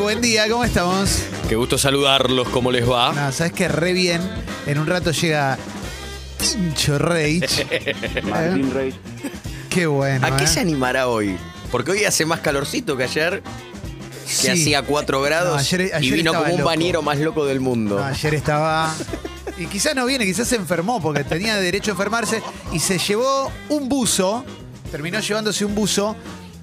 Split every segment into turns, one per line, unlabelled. buen día, ¿cómo estamos?
Qué gusto saludarlos, ¿cómo les
Ah.
va?
No, sabes que re bien. En un rato llega Tincho Reich.
Martín Reis.
Qué bueno.
¿A qué
eh.
se animará hoy? Porque hoy hace más calorcito que ayer, que
Sí.
hacía 4 grados
No, ayer-
y
ayer
vino
estaba
como un
loco.
bañero más loco del mundo.
No, ayer estaba. Y quizás no viene, quizás se enfermó porque tenía derecho a enfermarse y se llevó un buzo. Terminó llevándose un buzo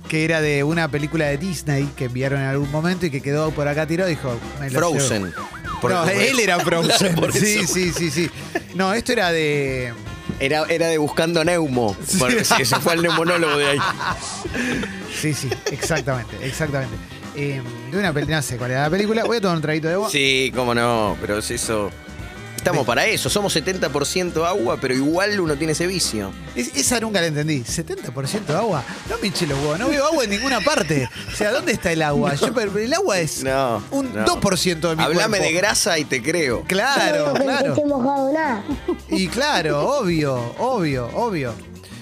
que era de una película de Disney que enviaron en algún momento y que quedó por acá tirado. Dijo, me lo
Frozen.
llevo.
Por-
no,
por-
él era Frozen.
Claro, por
sí,
eso.
sí, sí, sí. No, esto era de.
Era, era de buscando neumo.
Sí.
Porque sí, ese fue el neumonólogo de ahí.
Sí, sí, exactamente, exactamente. Eh, de una película, no sé cuál era la película. Voy a tomar un traguito de agua.
Sí, cómo no, pero es eso. Estamos para eso, somos 70% agua, pero igual uno tiene ese vicio.
Es- esa nunca la entendí. ¿70% de agua? No me hinche los huevos, no veo agua en ninguna parte. O sea, ¿dónde está el agua? Yo, pero el agua es
No,
un
no.
2% de mi
Hablame
cuerpo.
de grasa y te creo.
Claro,
No, que no
claro.
esté mojado nada.
Y claro, obvio, obvio, obvio.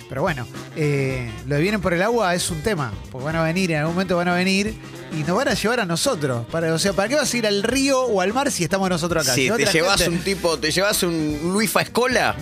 Pero bueno, eh, lo de vienen por el agua es un tema. Porque van a venir, en algún momento van a venir y nos van a llevar a nosotros. Para, o sea, ¿para qué vas a ir al río o al mar si estamos nosotros acá?
Si
Si
te
otra
llevas
gente-
un tipo, te llevas un Luis Escola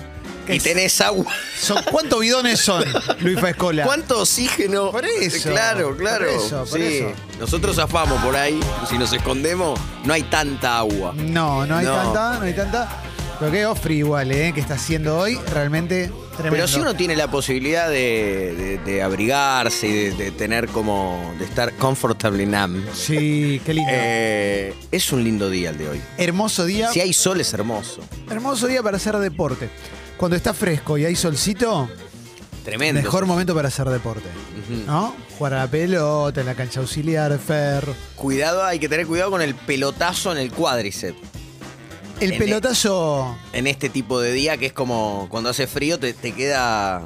¿Qué
y
es?
tenés agua.
Son, ¿Cuántos bidones son, Luis Escola?
¿Cuánto oxígeno?
Por eso,
Claro,
por
claro.
eso, por
sí.
eso.
Nosotros afamos por ahí. Si nos escondemos, no hay tanta agua.
No, no hay
No.
tanta, no hay tanta. Pero qué Ofri igual, ¿eh? Que está haciendo hoy, realmente tremendo.
Pero si uno tiene la posibilidad de, de- de abrigarse y de, de tener como. de estar comfortable en am.
Sí, qué lindo.
eh, es un lindo día el de hoy.
hermoso día.
Si hay sol es hermoso.
Hermoso día para hacer deporte. Cuando está fresco y hay solcito,
Tremendo.
mejor momento para hacer deporte. ¿No? Jugar a la pelota, en la cancha auxiliar, ferro.
Cuidado, hay que tener cuidado con el pelotazo en el cuádriceps.
El
En-
pelotazo.
en este tipo de día que es como cuando hace frío te, te queda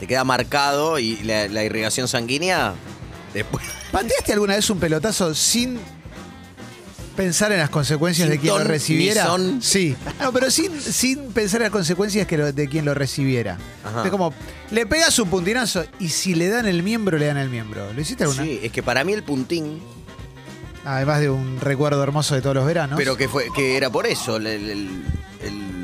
te queda marcado y la, la irrigación sanguínea después
¿Pateaste alguna vez un pelotazo sin pensar en las consecuencias
Sin
de quien lo
ton, ni
recibiera?
son.
Sí. No, pero sin, sin pensar en las consecuencias que lo- de quien lo recibiera.
Ajá.
Es como, le pegas un puntinazo y si le dan el miembro, le dan el miembro. ¿Lo hiciste alguna? Ah,
sí es que para mí el puntín
Además de un recuerdo hermoso de todos los veranos.
pero que fue que era por eso el, el- el- el-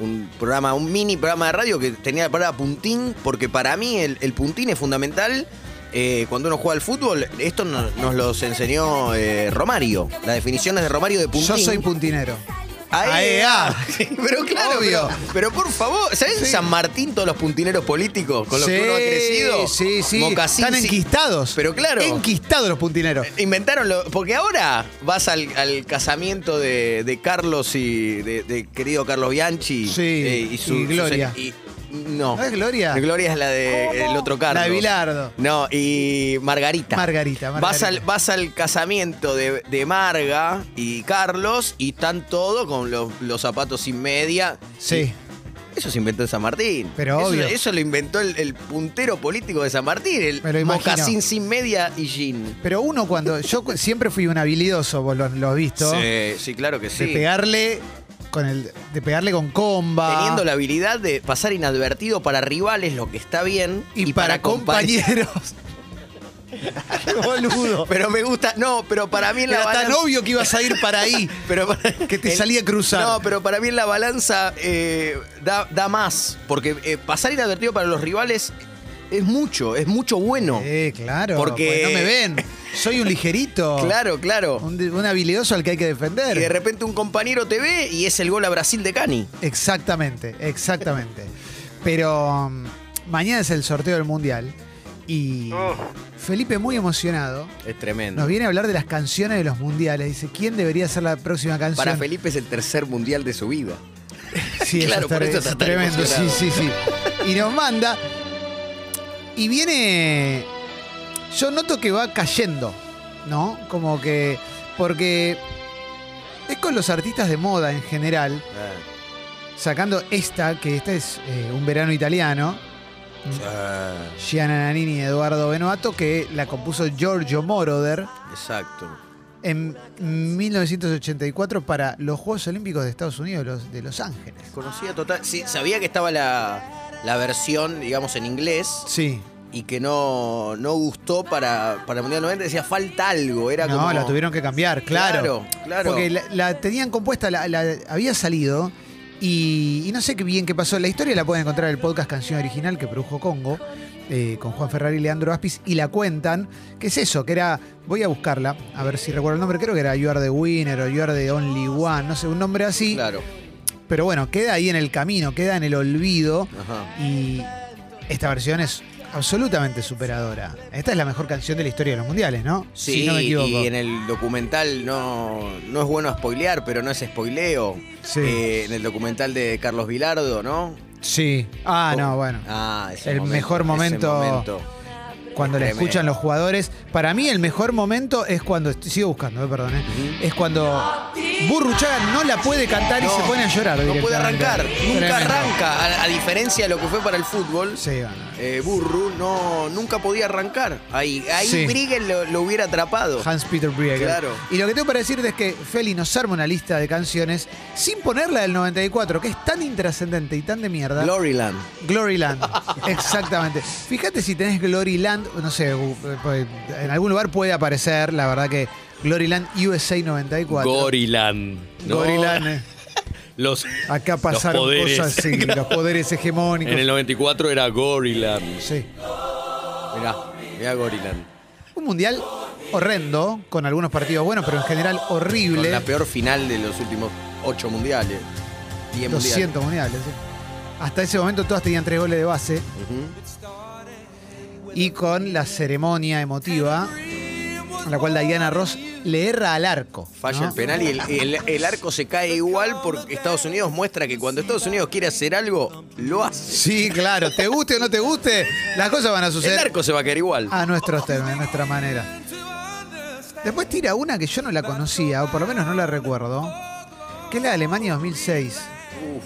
un programa un mini programa de radio que tenía la palabra puntín porque para mí el, el puntín es fundamental eh, cuando uno juega al fútbol esto no- nos los enseñó eh, Romario las definiciones de Romario de puntín
Yo soy puntinero.
Ahí, eh,
Ahí, ah.
Pero claro,
Obvio.
Pero, pero por favor, ¿sabes en
Sí.
San Martín todos los puntineros políticos con los
Sí,
que uno ha crecido?
Sí, sí.
Mocasín,
Están
sí.
enquistados.
Pero claro.
Enquistados los puntineros.
Inventaron lo. Porque ahora vas al, al casamiento de, de Carlos y. de, de querido Carlos Bianchi.
Sí,
eh,
y Gloria.
y- no.
¿No es Gloria?
Gloria es la de el otro Carlos.
La de Bilardo.
No, y Margarita.
Margarita, Margarita.
Vas al, vas al casamiento de, de Marga y Carlos y están todos con los, los zapatos sin media.
Sí.
Eso se inventó en San Martín.
Pero
eso,
obvio.
eso lo inventó el, el puntero político de San Martín,
Me lo
el
imagino.
mocasín sin media y jean.
Pero uno cuando. Yo cu- siempre fui un habilidoso, vos lo, lo has visto.
Sí, sí, claro que sí.
De pegarle con el. De pegarle con comba.
Teniendo la habilidad de pasar inadvertido para rivales, lo que está bien.
y, para, compañeros. Qué boludo.
Pero me gusta. No, pero para mí en la
Era tan
balanza-
obvio que ibas a ir para ahí.
Pero para-
Que te
en-
salía a cruzar.
No, pero para mí en la balanza eh, da, da más. Porque eh, pasar inadvertido para los rivales es mucho, es mucho bueno.
Eh, claro. Porque
Porque-
no me ven. Soy un ligerito.
Claro, claro.
Un, de- un habilidoso al que hay que defender.
Y de repente un compañero te ve y es el gol a Brasil de Cani.
Exactamente, exactamente. Pero mm, mañana es el sorteo del Mundial y
Oh.
Felipe muy emocionado
Es tremendo.
nos viene a hablar de las canciones de los mundiales. Dice, ¿quién debería ser la próxima canción?
Para Felipe es el tercer mundial de su vida.
Sí,
Claro,
está
por eso
es
está tan
tremendo, sí,
emocionado.
sí, sí. Y nos manda y viene yo noto que va cayendo, ¿no? Como que porque es con los artistas de moda en general.
Ah,
sacando esta, que esta es eh, un verano italiano.
ah,
Gianna Nannini y Eduardo Benoato, que la compuso Giorgio Moroder
exacto.
en 1984 para los Juegos Olímpicos de Estados Unidos, los- de Los Ángeles.
Conocía total. Sí, sabía que estaba la, la versión, digamos, en inglés.
Sí.
y que no, no gustó para, para el Mundial 90, decía falta algo. Era
no,
como,
la tuvieron que cambiar, claro.
Claro, claro.
Porque la, la tenían compuesta, la, la- había salido y, y no sé qué bien qué pasó. La historia la pueden encontrar en el podcast Canción Original que produjo Congo eh, con Juan Ferrari y Leandro Aspis y la cuentan. ¿Qué es eso? Que era, voy a buscarla, a ver si recuerdo el nombre, creo que era You Are the Winner o You Are the Only One, no sé, un nombre así.
Claro.
Pero bueno, queda ahí en el camino, queda en el olvido.
Ajá.
Y esta versión es absolutamente superadora. Esta es la mejor canción de la historia de los mundiales, ¿no?
Sí,
si no me equivoco.
y en el documental no, no es bueno spoilear, pero no es spoileo.
Sí.
Eh, en el documental de Carlos Vilardo, ¿no?
Sí. Ah, no, bueno.
Ah, ese
El mejor momento.
ese momento.
Cuando la
tremendo.
escuchan los jugadores. Para mí el mejor momento es cuando. Sigo buscando, eh, perdón. eh.
Ujú.
Es cuando Burruchaga no la puede cantar y
No,
se pone a llorar.
No puede
directamente.
arrancar, nunca
Tremendo.
arranca. A, a diferencia de lo que fue para el fútbol,
Sí, bueno.
eh, Burru no, nunca podía arrancar. Ahí, ahí
Sí.
Brigel lo, lo hubiera atrapado.
Hans Peter Brieger.
Claro.
Y lo que tengo para decirte es que Feli nos arma una lista de canciones sin ponerla del 94, que es tan intrascendente y tan de mierda.
Gloryland.
Gloryland, exactamente. Fíjate si tenés Gloryland, no sé, u- eh, en algún lugar puede aparecer, la verdad que Gloryland USA 94.
Gorilan. ¿no?
Gloryland, eh.
Los,
acá
los
pasaron
poderes.
cosas, sí, los poderes hegemónicos.
En el 94 era Gorilan.
Sí.
Mirá, mirá Goriland.
Un mundial horrendo, con algunos partidos buenos, pero en general horrible.
Con la peor final de los últimos ocho mundiales. 10 mundiales.
200 mundiales. sí. Hasta ese momento todas tenían tres goles de base
Ujú.
y con la ceremonia emotiva, en la cual Diana Ross le erra al arco.
Falla
¿no?
el penal y el, el- el arco se cae igual porque Estados Unidos muestra que cuando Estados Unidos quiere hacer algo, lo hace.
Sí, claro, te guste o no te guste, las cosas van a
El
suceder
arco se va a caer igual.
a nuestros términos, a nuestra manera. Después tira una que yo no la conocía, o por lo menos no la recuerdo, que es la de Alemania 2006.
Uf.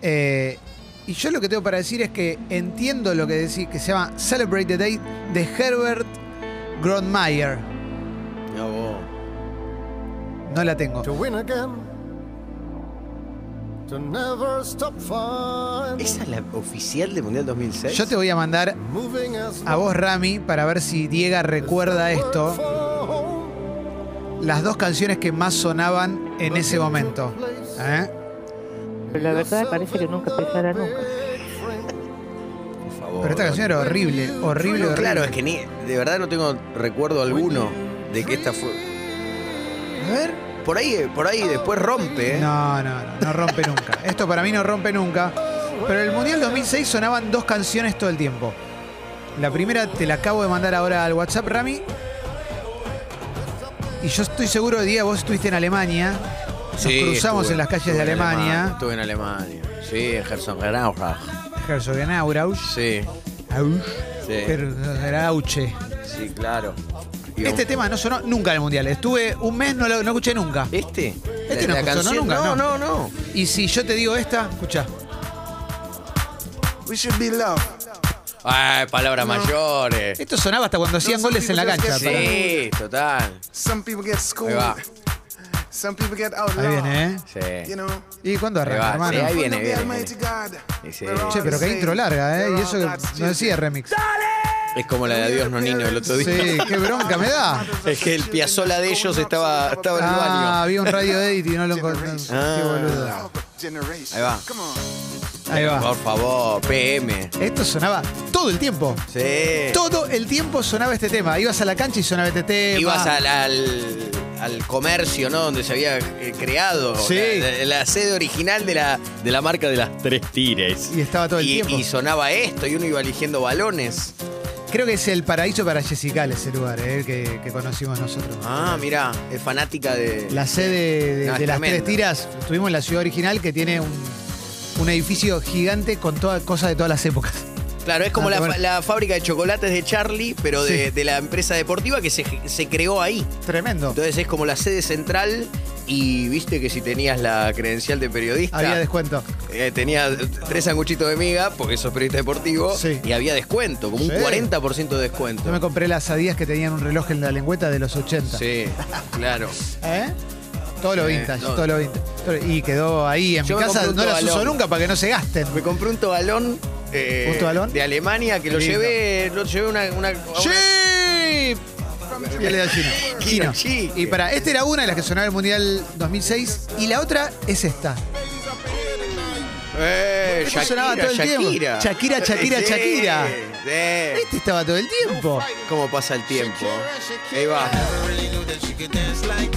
Eh, y yo lo que tengo para decir es que entiendo lo que decís, que se llama Celebrate the Day de Herbert Grönemeyer.
mirá vos.
No la tengo.
To win again. To never stop fighting.
¿Esa es la oficial del Mundial 2006?
Yo te voy a mandar
Moving as
a vos, Rami, para ver si Diega recuerda esto. las dos canciones que más sonaban en ese momento. ¿Eh?
Pero la verdad parece que nunca empezará nunca.
Por favor.
Pero esta canción era horrible, horrible,
No,
horrible.
claro, es que ni, de verdad no tengo recuerdo alguno de que esta fue. A ver, por ahí, por ahí después rompe. ¿eh?
No, no, no, no rompe nunca. Esto para mí no rompe nunca. Pero en el Mundial 2006 sonaban dos canciones todo el tiempo. La primera te la acabo de mandar ahora al WhatsApp, Rami. Y yo estoy seguro, Diego, vos estuviste en Alemania. Nos
Sí,
cruzamos
estuve-
en las calles de
estuve en
Alemania.
Alemania, Estuve en Alemania. Sí, en Herzogenaurach.
Herzogenaurach.
Sí,
Auch.
Sí.
Herzogenaurach.
sí, claro. Y
Este
vamos-
tema no sonó nunca en el mundial. Estuve un mes, no lo no escuché nunca.
¿Este?
Este no sonó nunca,
No,
no.
no, no.
Y si yo te digo esta, escucha.
Ah, palabras mayores.
Esto sonaba hasta cuando hacían
No,
goles en la cancha. para- Ahí
Sí, total.
Some people get schooled.
Ahí va.
Some people get outlawed.
viene, ¿eh?
You
Sí.
know.
¿Y cuándo
Ahí va,
arranca,
sí,
hermano?
ahí viene,
From the
viene,
Almighty
viene.
God.
Y sí.
We're all
Che, pero qué
saved.
intro larga, ¿eh?
We're
Y
all
eso que
God's
no decía
children.
remix.
Es como la de Adiós no niño del otro día.
Sí, qué bronca me da.
Es que el piazola de ellos estaba, estaba en el baño.
Ah, había un radio edit y no lo encontré.
Ah.
Qué boludo.
Generation.
Ahí va.
Come on.
Ahí va.
Por favor, PM.
Esto sonaba todo el tiempo.
Sí.
Todo el tiempo sonaba este tema. Ibas a la cancha y sonaba este tema.
Ibas al, al, al comercio, ¿no? Donde se había eh, creado
Sí.
la, la- la sede original de la, de la marca de las tres tires.
Y estaba todo el
Y-
tiempo.
Y sonaba esto, y uno iba eligiendo balones.
Creo que es el paraíso para Jessical ese lugar, eh, que, que conocimos nosotros.
Ah, mira, es fanática de.
La sede de,
No, es
de las tres
tremendo.
tiras, estuvimos en la ciudad original que tiene un, un edificio gigante con todas cosas de todas las épocas.
Claro, es como
Ah,
la,
bueno.
fa- la fábrica de chocolates de Charlie, pero de,
Sí.
de la empresa deportiva que se, se creó ahí.
Tremendo.
Entonces es como la sede central. Y viste que si tenías la credencial de periodista.
Había descuento.
Eh, tenía tres sanguchitos de miga, porque sos periodista deportivo,
Sí.
y había descuento, como un
Sí.
40% de descuento.
Yo me compré las adidas que tenían un reloj en la lengüeta de los 80.
Sí, claro.
¿Eh? Todo lo
Sí,
vintage,
todo.
todo lo vintage. Todo- Y quedó ahí en
Yo
mi
me
casa,
compré un
no las
tobalón.
uso nunca para que no se gasten.
Me compré un tobalón eh,
¿Punto balón?
de Alemania que lo
Lindo.
llevé, lo llevé una, una, a una-
¡Sí! Y le da Gino.
Gino,
Gino.
sí.
Y para, esta era una de las que sonaba el Mundial 2006 y la otra es esta.
Eh,
Eso
Shakira,
sonaba todo el tiempo.
Shakira.
Shakira, Shakira,
Sí,
Shakira.
sí.
Este estaba todo el tiempo.
¿Cómo pasa el tiempo? Ahí va.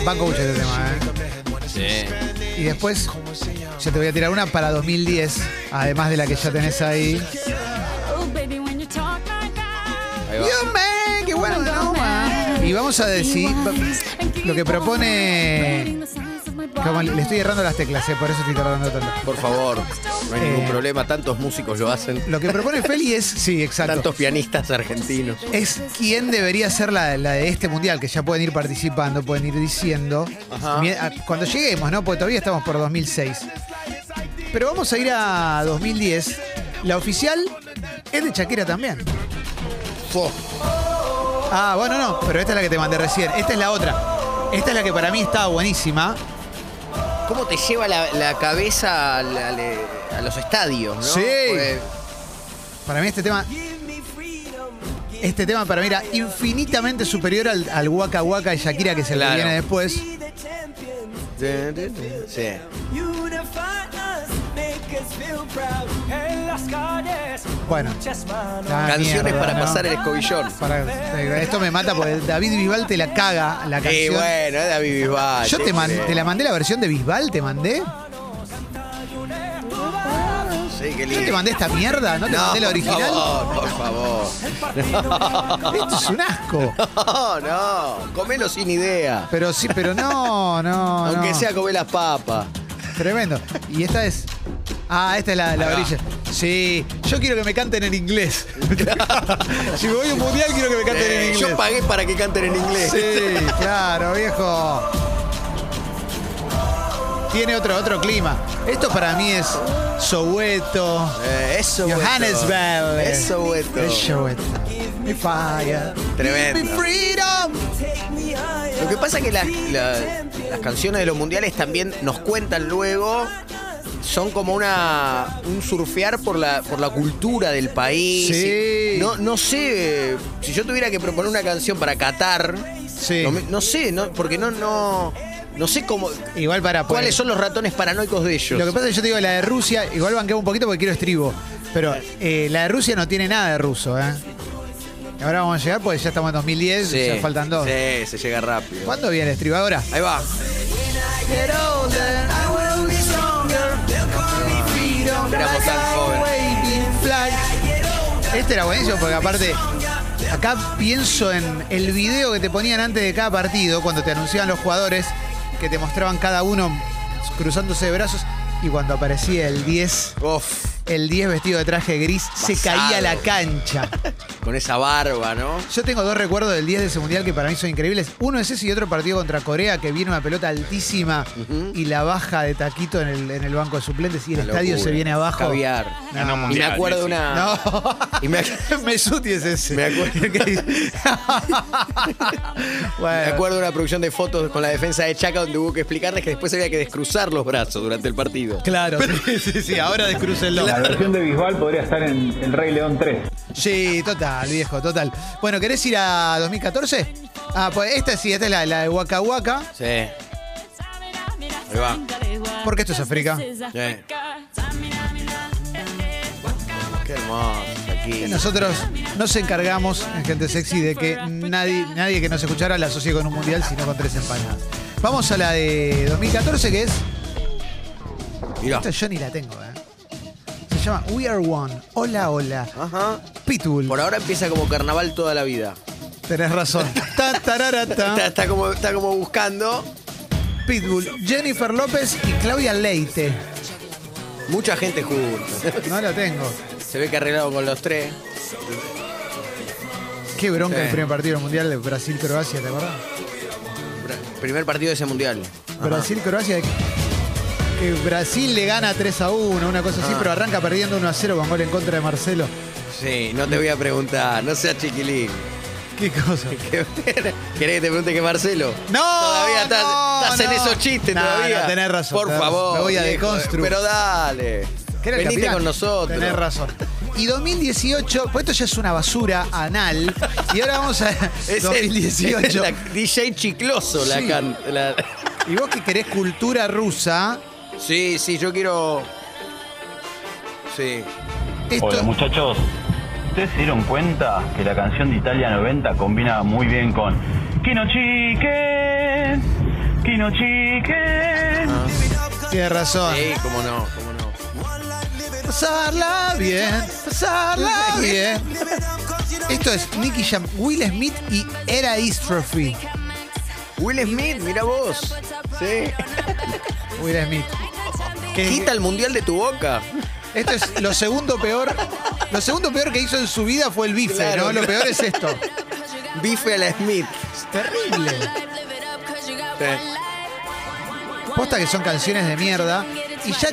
Banco mucho este tema, ¿eh?
Sí.
Y después, yo te voy a tirar una para 2010, además de la que ya tenés ahí.
Ahí va.
Dios me, qué bueno, no, ma. Y vamos a decir Eh, lo que propone. Como le estoy errando las teclas, eh, por eso estoy tardando tanto.
Por favor, no hay ningún
Eh.
problema, tantos músicos lo hacen,
Lo que propone Feli es, sí, exacto.
tantos pianistas argentinos.
Es quién debería ser la, la de este mundial, que ya pueden ir participando, pueden ir diciendo.
Ajá.
Mie- a- Cuando lleguemos, ¿no? Porque todavía estamos por 2006. Pero vamos a ir a 2010. La oficial es de Shakira también.
Fo.
Ah, bueno, no, pero esta es la que te mandé recién. Esta es la otra. Esta es la que para mí estaba buenísima.
¿Cómo te lleva la, la cabeza al- al- eh, a los estadios? ¿no? Pues,
Sí.
Porque-
Para mí este tema. Este tema para mí era infinitamente superior al, al Waka Waka de Shakira que se le
Claro.
viene después.
Sí.
Bueno. la
Canciones
Ah, mierda,
para
¿no?
pasar el escobillón.
Para- eh, esto me mata porque David Bisbal te la caga la
Y
canción.
bueno, es David Bisbal.
Yo te, man-
mandé
te la mandé la versión de Bisbal, te mandé.
Sí, qué
Yo
lindo.
te mandé esta mierda, no te mandé la original.
Por favor,
Esto es un asco.
por favor. No, no. Comelo sin idea.
Pero sí, pero no, no.
Aunque
no.
sea comer las papas.
Tremendo. Y esta es. Ah, esta es la, la
Ahí va.
orilla. Sí, yo quiero que me canten en inglés. si me voy a un mundial, quiero que me canten en
Eh,
inglés.
yo pagué para que canten en inglés.
Sí, claro, viejo. Tiene otro, otro clima. Esto para mí es Soweto.
Eh, eso, güey.
Johannesburg.
Eso, güey.
Es Soweto. Mi fire.
Tremendo.
Mi freedom.
Lo que pasa es que las, la- las canciones de los mundiales también nos cuentan luego. Son como una un surfear por la, por la cultura del país.
Sí.
No, no sé, si yo tuviera que proponer una canción para Qatar,
Sí.
no, me- no sé, no, porque no, no, no sé cómo.
Igual para poder-
¿Cuáles son los ratones paranoicos de ellos?
Lo que pasa es que yo te digo la de Rusia, igual banqué un poquito porque quiero estribo. Pero eh, la de Rusia no tiene nada de ruso, ¿eh? Ahora vamos a llegar porque ya estamos en 2010,
Sí,
ya faltan dos.
Sí, se llega rápido.
¿Cuándo viene el estribo? Ahora.
Ahí va. Éramos tan jóvenes.
Este era buenísimo porque aparte. Acá pienso en el video que te ponían antes de cada partido, cuando te anunciaban los jugadores, que te mostraban cada uno cruzándose de brazos, y cuando aparecía el 10,
Uf,
el 10 vestido de traje gris, se
Basado.
caía a la cancha.
con esa barba, ¿no?
Yo tengo dos recuerdos del 10 de ese mundial que para mí son increíbles. Uno es ese y otro partido contra Corea que viene una pelota altísima y la baja de taquito en el, en el banco de suplentes y el
Una
estadio
locura.
se viene abajo.
Caviar.
No,
Y me acuerdo de
sí.
una.
No.
Y me,
Mesuti es ese.
Me acuerdo.
Que dice-
me
bueno,
acuerdo de una producción de fotos con la defensa de Chaca donde hubo que explicarles que después había que descruzar los brazos durante el partido.
Claro, sí, sí, sí, ahora descrúcenlo.
La versión de Bisbal podría estar en El Rey León 3.
Sí, total, viejo, total. Bueno, ¿querés ir a 2014? Ah, pues esta sí, esta es la, la de Waka Waka.
Sí. Ahí va.
Porque esto es África.
Qué hermoso aquí.
Nosotros nos encargamos en Gente Sexy de que nadie, nadie que nos escuchara la asocie con un mundial, sino con tres empanadas. Vamos a la de 2014, que es.
Mirá.
Esta yo ni la tengo, ¿eh? Se llama We Are One. Hola, hola.
Ajá.
Pitbull.
Por ahora empieza como carnaval toda la vida.
Tenés razón. Ta, tarara, ta.
Está, está como, está como buscando.
Pitbull, Jennifer López y Claudia Leite.
Mucha gente junta.
No la tengo.
Se ve que arreglaron con los tres.
Qué bronca
Sí.
el primer partido del mundial de Brasil-Croacia, ¿te acordás?
Bra- Primer partido de ese mundial.
Brasil-Croacia. de- Que Brasil le gana 3 a 1, una cosa así, pero arranca perdiendo 1 a 0 con gol en contra de Marcelo.
Sí, no te voy a preguntar. No seas chiquilín.
¿Qué cosa?
¿Qué- ¿Querés que te pregunte que Marcelo?
No,
Todavía estás,
no,
estás en
no.
esos chistes
No,
todavía.
no, tenés razón,
Por
tenés razón.
favor.
Me voy a
viejo,
deconstruir.
Pero dale.
¿Qué era el
Venite
capitán?
con nosotros.
Tenés razón. Y 2018, pues esto ya es una basura anal. Y ahora vamos a
Es el-
2018.
la DJ Chicloso la
Sí.
can- la-
Y vos que querés cultura rusa,
Sí, sí, yo quiero. Sí.
esto,
Hola muchachos, ¿ustedes se dieron cuenta que la canción de Italia 90 combina muy bien con Kino Chique, Kino Chique?
tienes razón.
Sí, cómo no, cómo no.
Pasarla bien, pasarla bien. Esto es Nicky Jam, Will Smith y Era Istrophy.
Will Smith, mira vos. Sí.
Will Smith. Que-
Quita el mundial de tu boca.
esto es lo segundo peor. Lo segundo peor que hizo en su vida fue el bife,
Claro.
¿no? Lo peor es esto.
Bife a la Smith.
Es terrible. Posta que son canciones de mierda. Y ya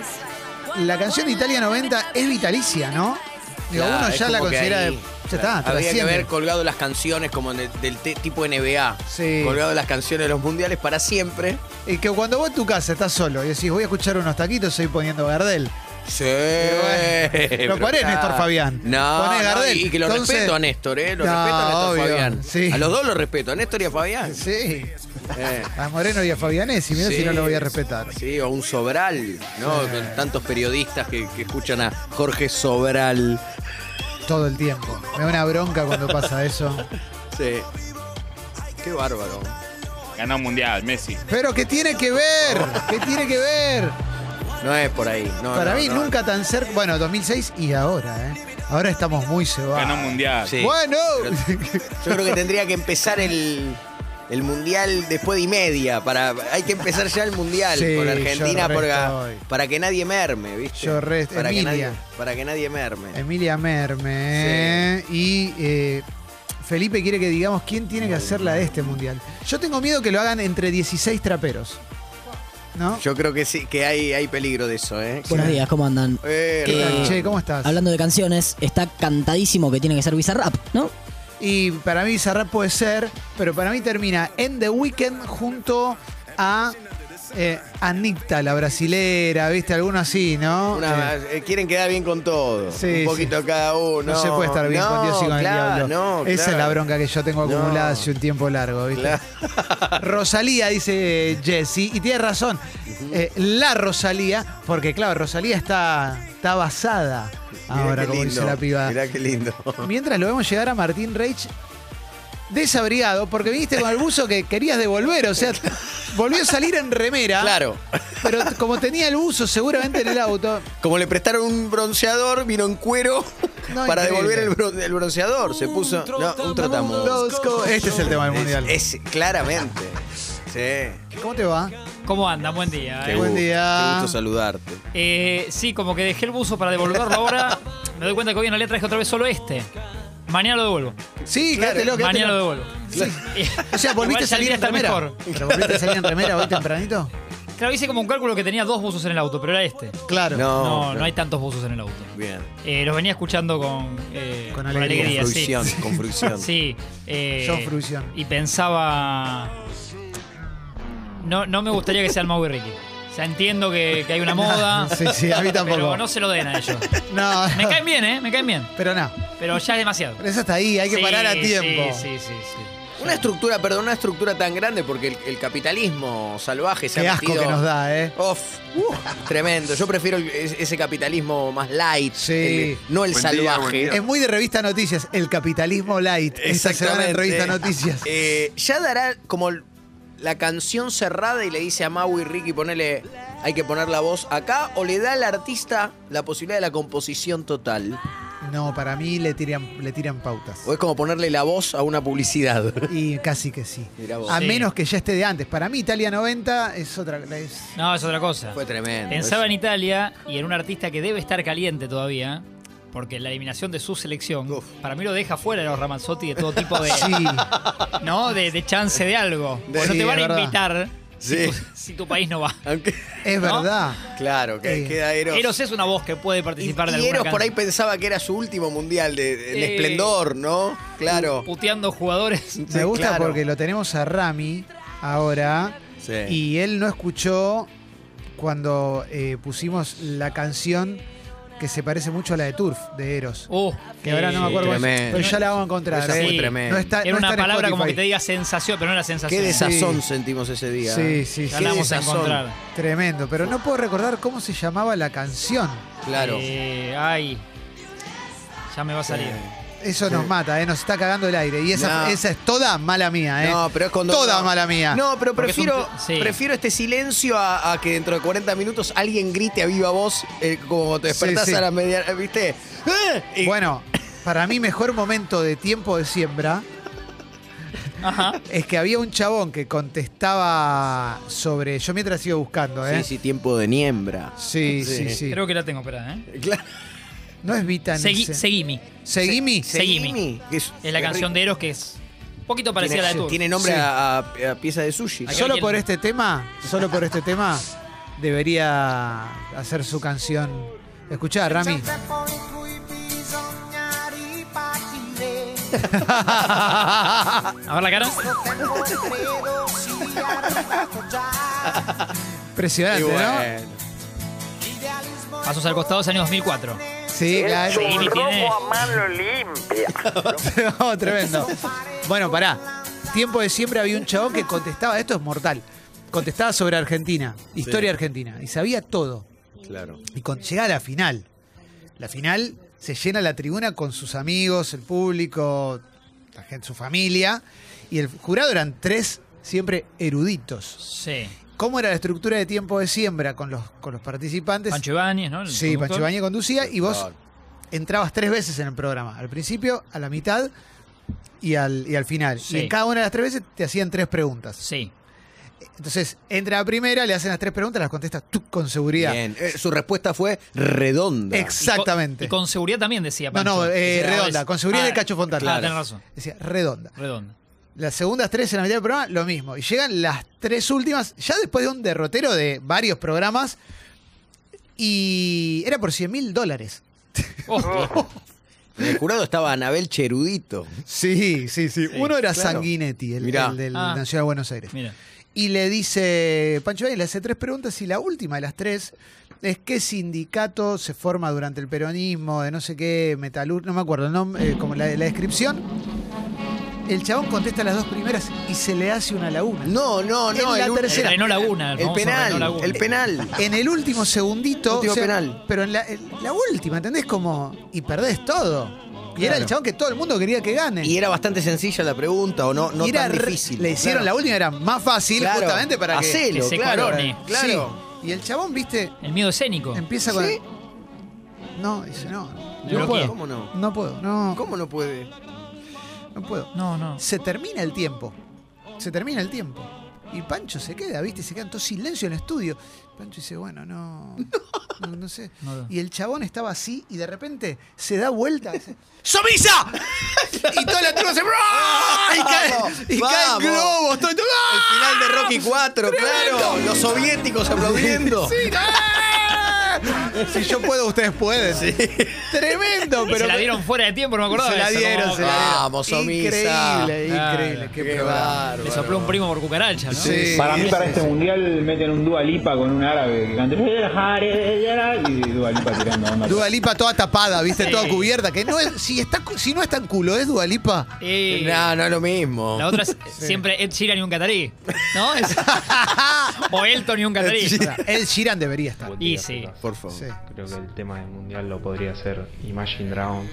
la canción de Italia 90 es vitalicia, ¿no? Digo,
Claro,
uno
es
ya la
como que
considera.
ahí,
ya está,
Habría que
trasciende.
haber colgado las canciones como de- del te- tipo NBA.
Sí.
Colgado las canciones de los mundiales para siempre.
Y que cuando vos en tu casa estás solo y decís, voy a escuchar unos taquitos, estoy poniendo Gardel.
Sí.
bueno. Lo ponés,
pero
Néstor Fabián.
No,
Ponés
no,
Gardel.
y que lo
Entonces-
respeto a Néstor, ¿eh? Lo
No,
respeto a Néstor
obvio,
Fabián.
sí.
A los dos lo respeto, a Néstor y a Fabián.
Sí.
Eh,
A Moreno y a Fabianesi, mirá
sí.
si no lo voy a respetar.
Sí, o un Sobral, ¿no? Con tantos periodistas que, que escuchan a Jorge Sobral.
Todo el tiempo. Me da una bronca cuando pasa eso.
Sí. Qué bárbaro.
Ganó un mundial, Messi.
Pero ¿qué tiene que ver? ¿Qué tiene que ver?
No es por ahí. no,
Para
no,
mí
no.
nunca tan cerca. Bueno, 2006 y ahora, ¿eh? Ahora estamos muy
Ganó
cebados.
un mundial.
Sí.
Bueno.
Yo creo que tendría que empezar el, el mundial después de y media. Para, hay que empezar ya el mundial
Sí,
con
yo
Argentina
re
para,
estoy.
para que nadie merme, ¿viste?
Yo re-
para, que
Emilia. Em-
nadie, para que nadie merme.
Emilia Merme. ¿eh? Y eh, Felipe quiere que digamos quién tiene que hacer la de este mundial. Yo tengo miedo que lo hagan entre 16 traperos. ¿No?
Yo creo que sí, que hay, hay peligro de eso, ¿eh?
Buenos días, ¿cómo andan?
Eh,
¿Qué?
Hernán.
che, ¿cómo estás?
Hablando de canciones, está cantadísimo que tiene que ser Bizarrap, ¿no?
Y para mí Bizarrap puede ser, pero para mí termina en The Weeknd junto a eh, Anita, la brasilera, ¿viste? Alguno así, ¿no?
Una-
Eh,
eh, quieren quedar bien con todo.
Sí,
un poquito cada uno.
no, se puede estar bien con Dios y con
claro,
el diablo.
no,
Esa es la
claro,
bronca que yo tengo
No.
acumulada hace un tiempo largo, ¿viste?
claro.
Rosalía, dice eh, Jesse, y tiene razón. Eh, la Rosalía, porque claro, Rosalía está, está basada
Mirá
ahora,
qué
como dice
lindo,
la piba.
Mirá qué lindo.
Mientras lo vemos llegar a Martín Reich desabrigado, porque viniste con el buzo que querías devolver, o sea, volvió a salir en
Ah.
remera.
Claro.
Pero como tenía el buzo seguramente en el auto,
Como le prestaron un bronceador, vino en cuero
No,
para
increíble.
devolver el, bron- el bronceador. Se puso no, un trotamundo.
Losco, este es el tema del mundial.
Es, es- claramente. Sí.
¿Cómo te va?
¿Cómo andan? Buen día.
Qué
eh.
Buen
gu-
día.
Qué gusto saludarte.
Eh, sí, como que dejé el buzo para devolverlo ahora. Me doy cuenta que hoy en la letra dejé otra vez solo este. Mañana lo devuelvo.
Sí, quédatelo,
Mañana lo
quédatelo.
devuelvo.
O sea, volviste a salir en
está
remera.
mejor.
¿Pero volviste a salir en remera hoy tempranito?
Claro, hice como un cálculo que tenía dos buzos en el auto, pero era este.
Claro.
No,
Oh,
No,
no.
no hay tantos buzos en el auto.
Bien.
Eh, los venía escuchando con, eh,
Con
con
alegría.
alegría,
Con
sí.
fruición, con fruición.
Sí. eh,
Yo fruición.
Y pensaba. No, no me gustaría que sea el Mau y Ricky. O sea, entiendo que, que hay una moda.
Sí, sí, a mí tampoco.
Pero no se lo den a ellos.
No,
Me caen bien, ¿eh? Me caen bien.
pero no.
Pero ya es demasiado.
Pero eso está ahí, hay que
Sí,
parar a tiempo.
Sí, sí, sí. sí.
Una estructura, perdón, una estructura tan grande porque el, el capitalismo salvaje se
Qué
ha
asco
metido-
que nos da, ¿eh?
Uf, tremendo. Yo prefiero el- es- ese capitalismo más light,
Sí.
el- no el
Buen día, buen
salvaje.
día.
Es muy de revista Noticias, el capitalismo light. Esta semana en revista Noticias.
Eh, ya dará como l- la canción cerrada y le dice a Mau y Ricky, ponele, hay que poner la voz acá, o le da al artista la posibilidad de la composición total.
No, para mí le tiran, le tiran pautas.
O es como ponerle la voz a una publicidad.
Y casi que sí.
Mirá vos.
A
Sí.
menos que ya esté de antes. Para mí, Italia 90 es otra. es-
No, es otra cosa.
Fue tremendo.
Pensaba en Italia y en un artista que debe estar caliente todavía, porque la eliminación de su selección,
Uf.
para mí lo deja fuera de los Ramazzotti de todo tipo de,
Sí,
¿no? de, de chance de algo.
De-
no
Sí,
te van a
es verdad.
invitar
Sí.
si, tu, si tu país no va.
Aunque-
es
¿No?
verdad.
claro, que
Eh,
queda Eros.
Eros es una voz que puede
y,
participar
y
de alguna
Eros por ahí
canción.
pensaba que era su último mundial de, de- de
Eh.
esplendor, ¿no? Claro.
puteando jugadores.
Me gusta
claro.
porque lo tenemos a Rami ahora.
Sí.
Y él no escuchó cuando eh, pusimos la canción que se parece mucho a la de Turf, de Eros.
Uh,
Que ahora no me acuerdo cómo es,
tremendo.
pero ya la vamos a encontrar.
Esa
¿eh?
fue
Sí.
tremenda.
No está-
Era
no
una
está en
palabra como
Spotify.
que te diga sensación, pero no era sensación.
Qué desazón
Sí.
sentimos ese día.
Sí,
¿eh?
sí,
Ya
sí.
la vamos a
desazón.
encontrar.
Tremendo, pero no puedo recordar cómo se llamaba la canción.
Claro.
Eh, ay. Ya me va a salir.
Eso nos mata, ¿eh? nos está cagando el aire. Y esa,
No.
esa es toda mala mía, ¿eh?
No, pero es cuando.
toda
no.
mala mía.
No, pero
Porque es un
prefiero,
pl- sí.
prefiero este silencio a, a que dentro de 40 minutos alguien grite a viva voz, eh, como te
Sí,
despertás
sí.
a la media. eh, ¿Viste? ¡Ah! Y-
Bueno, para mí mejor momento de tiempo de siembra
Ajá.
es que había un chabón que contestaba sobre. Yo mientras sigo buscando, ¿eh?
Sí, sí, tiempo de niembra.
Sí, sí, sí.
Creo que la tengo, espera, ¿eh?
Claro.
No es Vita
Segui, seguime.
Seguimi.
Seguime.
que Es,
Es la canción de Eros que es un poquito parecida a la de Tour.
Tiene nombre
Sí.
a, a- a pieza de sushi.
Acá
Solo
alguien-
por este tema, solo por este tema, debería hacer su canción. Escuchá, Rami.
A ver la cara.
Impresionante,
Y
¿no?
bueno.
Pasos al costado es año 2004.
Sí, claro.
Seguimi tiene.
No, tremendo. Bueno, pará. Tiempo de siempre había un chabón que contestaba, esto es mortal. Contestaba sobre Argentina, historia argentina, y sabía todo.
Claro.
Y con, llega a la final. La final se llena la tribuna con sus amigos, el público, la gente, su familia. Y el jurado eran tres siempre eruditos.
Sí.
¿Cómo era la estructura de tiempo de siembra con los, con los participantes?
Pancho Ibáñez, ¿no? El
sí,
conductor.
Pancho Ibañez conducía y vos
Claro.
entrabas tres veces en el programa. Al principio, a la mitad y al, y al final.
Sí.
Y en cada una de las tres veces te hacían tres preguntas.
Sí.
Entonces, entra la primera, le hacen las tres preguntas, las contestas tú con seguridad.
Bien. Eh, su respuesta fue redonda.
Y co-
Exactamente.
Y con seguridad también decía
No,
Pancho.
no, eh,
Decía,
redonda.
es-
Con seguridad
Ah,
de Cacho Fontana.
Claro, tenés razón.
Decía, redonda.
Redonda.
Las segundas tres en la mitad del programa, lo mismo. Y llegan las tres últimas, ya después de un derrotero de varios programas. Y era por 100 mil dólares.
Oh,
En el jurado estaba Anabel Cherudito.
Sí, sí, sí. Uno era
claro.
Sanguinetti, el,
Mirá.
el del
Ah.
Nacional de Buenos Aires.
mira.
Y le dice, Pancho Valle le hace tres preguntas y la última de las tres es qué sindicato se forma durante el peronismo, de no sé qué, metalur, no me acuerdo el nombre, eh, como la, la descripción. El chabón contesta las dos primeras y se le hace una laguna.
No, no,
En
no.
la
el ul-
tercera.
Renó Laguna.
El
famoso Renó
penal.
Laguna.
El penal.
En el último segundito.
Último penal.
Pero en la, en la última, ¿entendés? Como. Y perdés todo. Y era el chabón que todo el mundo quería que gane.
Y era bastante sencilla la pregunta, o no, no
Y era
tan
re-
difícil.
Le hicieron la última, era más fácil
Claro.
justamente para que.
Hacelo,
que se
claro.
corone.
Claro.
Sí. Y el chabón, viste,
El miedo escénico.
empieza con.
Sí.
No, dice, no.
Pero
No puedo.
¿Cómo no?
No puedo, no.
¿Cómo no puede?
No puedo.
No, no.
Se termina el tiempo. Se termina el tiempo. Y Pancho se queda, ¿viste? Se queda todo silencio en el estudio. Pancho dice, bueno, no. No, no sé.
No.
Y el chabón estaba así y de repente se da vuelta. y dice, ¡Somisa! y toda la turma se. ¡Ah! y caen, y caen
Vamos.
globos. todo- ¡Ah!
El final de Rocky 4, claro. Los soviéticos aplaudiendo.
Si yo puedo, ustedes pueden. Tremendo,
Y
pero.
se la dieron fuera de tiempo, no Ah. me acordaba.
Se
de
la
eso,
dieron,
como-
se la dieron.
Vamos, Omisa.
Increíble, increíble.
Claro.
Qué
Qué
programa.
bárbaro.
Le sopló un primo por cucaracha, ¿no?
Sí.
Para mí,
sí,
para
sí,
este
sí.
mundial, meten un Dua Lipa con un árabe que canta. Y Dua Lipa tirando onda.
Dualipa toda tapada, viste,
Sí.
toda cubierta. Que no es, si, está, cu- si no es tan culo, es Dualipa.
Eh,
No, no es lo mismo.
La otra es siempre Ed Sheeran y un catarí, ¿no? Es- o Elton y un catarí.
El Shiran debería estar.
Y sí.
Por favor.
Sí.
Creo que el tema del mundial lo podría hacer Imagine Dragons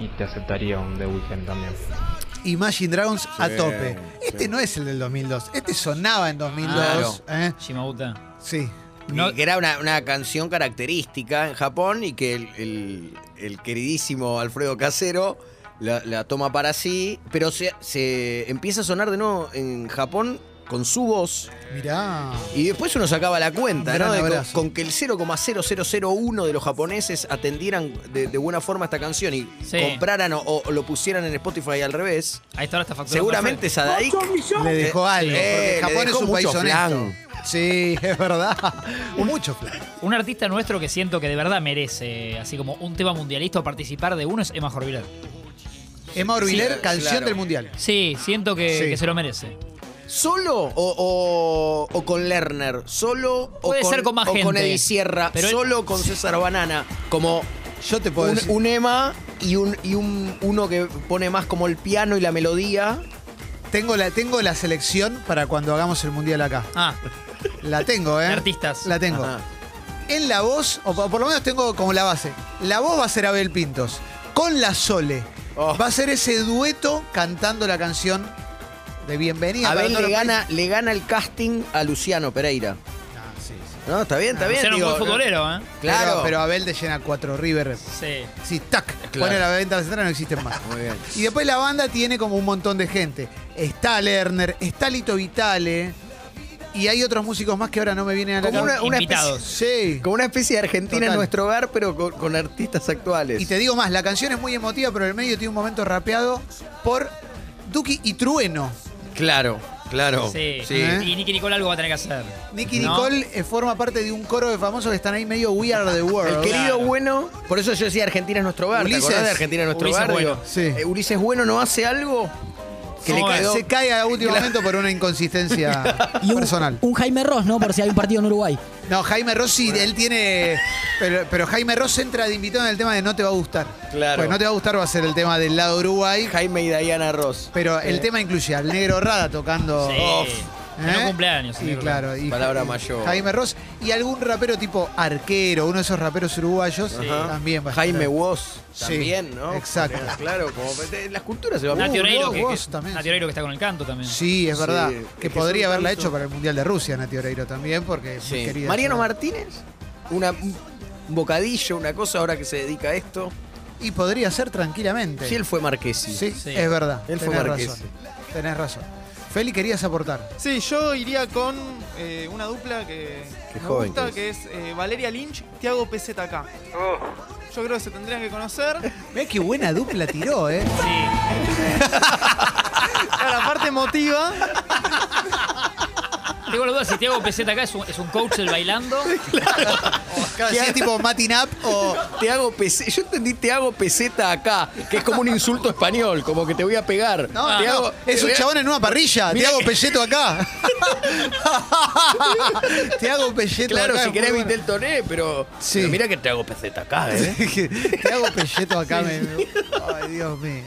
y te aceptaría un The Weeknd también.
Imagine Dragons a tope. Este no es el del 2002. Este sonaba en 2002. ¿eh?
Shimauta.
Sí.
No-
Y que era una, una canción característica en Japón y que el, el- el queridísimo Alfredo Casero la, la toma para sí, pero se, se empieza a sonar de nuevo en Japón con su voz
Mirá.
y después uno sacaba la cuenta,
Un
¿no?
gran
De co-
abrazo.
con, que el 0,0001 de los japoneses atendieran de, de buena forma esta canción y
Sí.
compraran o, o lo pusieran en Spotify al revés,
Ahí está ahora está facturando.
seguramente Sadaik...
Le dejó algo.
Eh,
porque
le
Japón
dejó
es un país
mucho
honesto.
flan.
Sí, es verdad. Mucho flan.
Un artista nuestro que siento que de verdad merece, así como un tema mundialista o participar de uno, es Emma Jorviler.
Emma Orbiler,
Sí,
canción
claro.
del mundial.
Sí, siento que,
Sí.
que se lo merece.
¿Solo o, o- o con Lerner? ¿Solo
Puede
o con,
ser con más
o
gente.
Eddie Sierra?
Pero él-
¿Solo con César Banana? Como
Yo te puedo
un,
decir-
un Ema y, un, y un, uno que pone más como el piano y la melodía.
Tengo la, tengo la selección para cuando hagamos el mundial acá.
Ah,
La tengo, ¿eh?
de artistas.
La tengo.
Ajá.
En la voz, o po- por lo menos tengo como la base. La voz va a ser Abel Pintos. Con la Sole.
Oh.
Va a ser ese dueto cantando la canción de Bienvenida. para
Abel
todos
le
los
gana, le gana el casting a Luciano Pereira.
países. Ah, sí, sí.
No, está bien, está bien.
Ah, Luciano es
digo,
un buen futbolero, ¿eh?
Claro.
Pero, pero Abel te llena cuatro River.
Sí.
Sí, tac.
Claro.
Pone la venta central, no existen más.
Muy bien.
Y después la banda tiene como un montón de gente. Está Lerner, está Lito Vitale. Y hay otros músicos más que ahora no me vienen a la
Como
cabeza.
una, una especie,
Invitados.
Sí.
como una especie de Argentina
Total.
en nuestro hogar, pero con, con artistas actuales.
Y te digo más, la canción es muy emotiva, pero en el medio tiene un momento rapeado por Duki y Trueno.
Claro, claro.
Sí.
¿Eh?
Y Nicky Nicole algo va a tener que hacer.
Nicky
¿No?
Nicole eh, forma parte de un coro de famosos que están ahí medio We Are the World.
El querido
Claro.
bueno, por eso yo decía Argentina es nuestro hogar. ¿Te
Ulises.
acordás de Argentina es nuestro
Ulises
hogar?
Bueno.
Digo,
Sí.
eh, Ulises Bueno no hace algo que
No,
le quedó.
Se cae a último momento por una inconsistencia
Y un,
personal.
un Jaime Ross, ¿no? Por si hay un partido en Uruguay.
No, Jaime Ross sí, él tiene. Pero, pero Jaime Ross entra de invitado en el tema de No te va a gustar.
Claro.
Pues No te va a gustar va a ser el tema del lado Uruguay.
Jaime y Diana Ross.
Pero el tema incluye al negro Rada tocando.
Sí.
Off.
Tiene
¿Eh?
un cumpleaños.
Sí,
señor.
claro. Y
Palabra mayor.
Jaime Ross y algún rapero tipo arquero, uno de esos raperos uruguayos eh,
Ajá.
también va a estar.
Jaime Woz
Sí,
también, ¿no?
exacto.
Claro, como de- las culturas se van
Nati
Uh,
Oreiro,
vos,
que, que-
vos también.
Nati Oreiro que está con el canto también.
Sí, es
Sí,
verdad.
es
que
que
podría
son
haberla
tantos.
hecho para el Mundial de Rusia, Nati Oreiro también, porque es muy
Sí.
querida.
Mariano
Esa-
Martínez, una, un bocadillo, una cosa ahora que se dedica a esto.
Y podría ser tranquilamente.
Si él fue Marquesi.
Sí,
Sí.
es verdad.
Él fue
Tenés
Marquesi.
razón. Tenés razón. Feli, querías aportar.
Sí, yo iría con eh, una dupla que
Qué
me
joven
gusta,
que
que es eh, Valeria Lynch, Tiago PZK. Yo creo que se tendrían que conocer.
Mirá qué buena dupla tiró, ¿eh?
Sí.
Claro, la parte emotiva.
Tengo la duda si Tiago PZ acá es un, es un coach del bailando.
Claro, si es tipo Matin Up o.
Te hago pese- yo entendí te hago peseta acá, que es como un insulto español, como que te voy a pegar.
No,
Te
no,
hago-
es un
te voy a-
chabón en una parrilla. Te
Mirá
hago
que-
pelleto acá. Te hago pelleto
Claro,
acá.
si
es
querés
muy
viste el toné, pero,
Sí.
pero mira que te hago peseta acá,
bueno.
¿eh?
Te hago pelleto acá. me- me- Ay, Dios mío.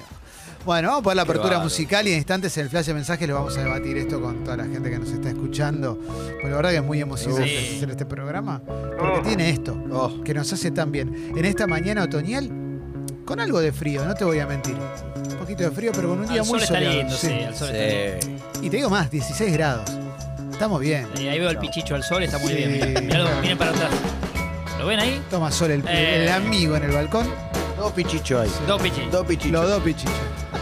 Bueno, vamos a poner la apertura
bárbaro.
musical y en instantes en el flash de mensajes lo vamos a debatir esto con toda la gente que nos está escuchando. Pues la verdad que es muy emocionante
Sí. Oh.
hacer este programa porque tiene esto que nos hace tan bien. En esta mañana otoñal, con algo de frío, no te voy a mentir. Un poquito de frío, pero con un día
Al
muy
sol está
soleado.
lindo, sí.
Sí.
al sol está lindo.
Sí.
Y te digo más, 16 grados. Estamos bien.
Eh, ahí veo el pichicho al sol, está muy
Sí.
bien. Mirá, mirá, miren para atrás. ¿Lo ven ahí?
Toma sol el,
Eh.
el amigo en el balcón.
Dos pichichos ahí.
Dos pichichos.
Dos pichichos.
Los dos pichichos.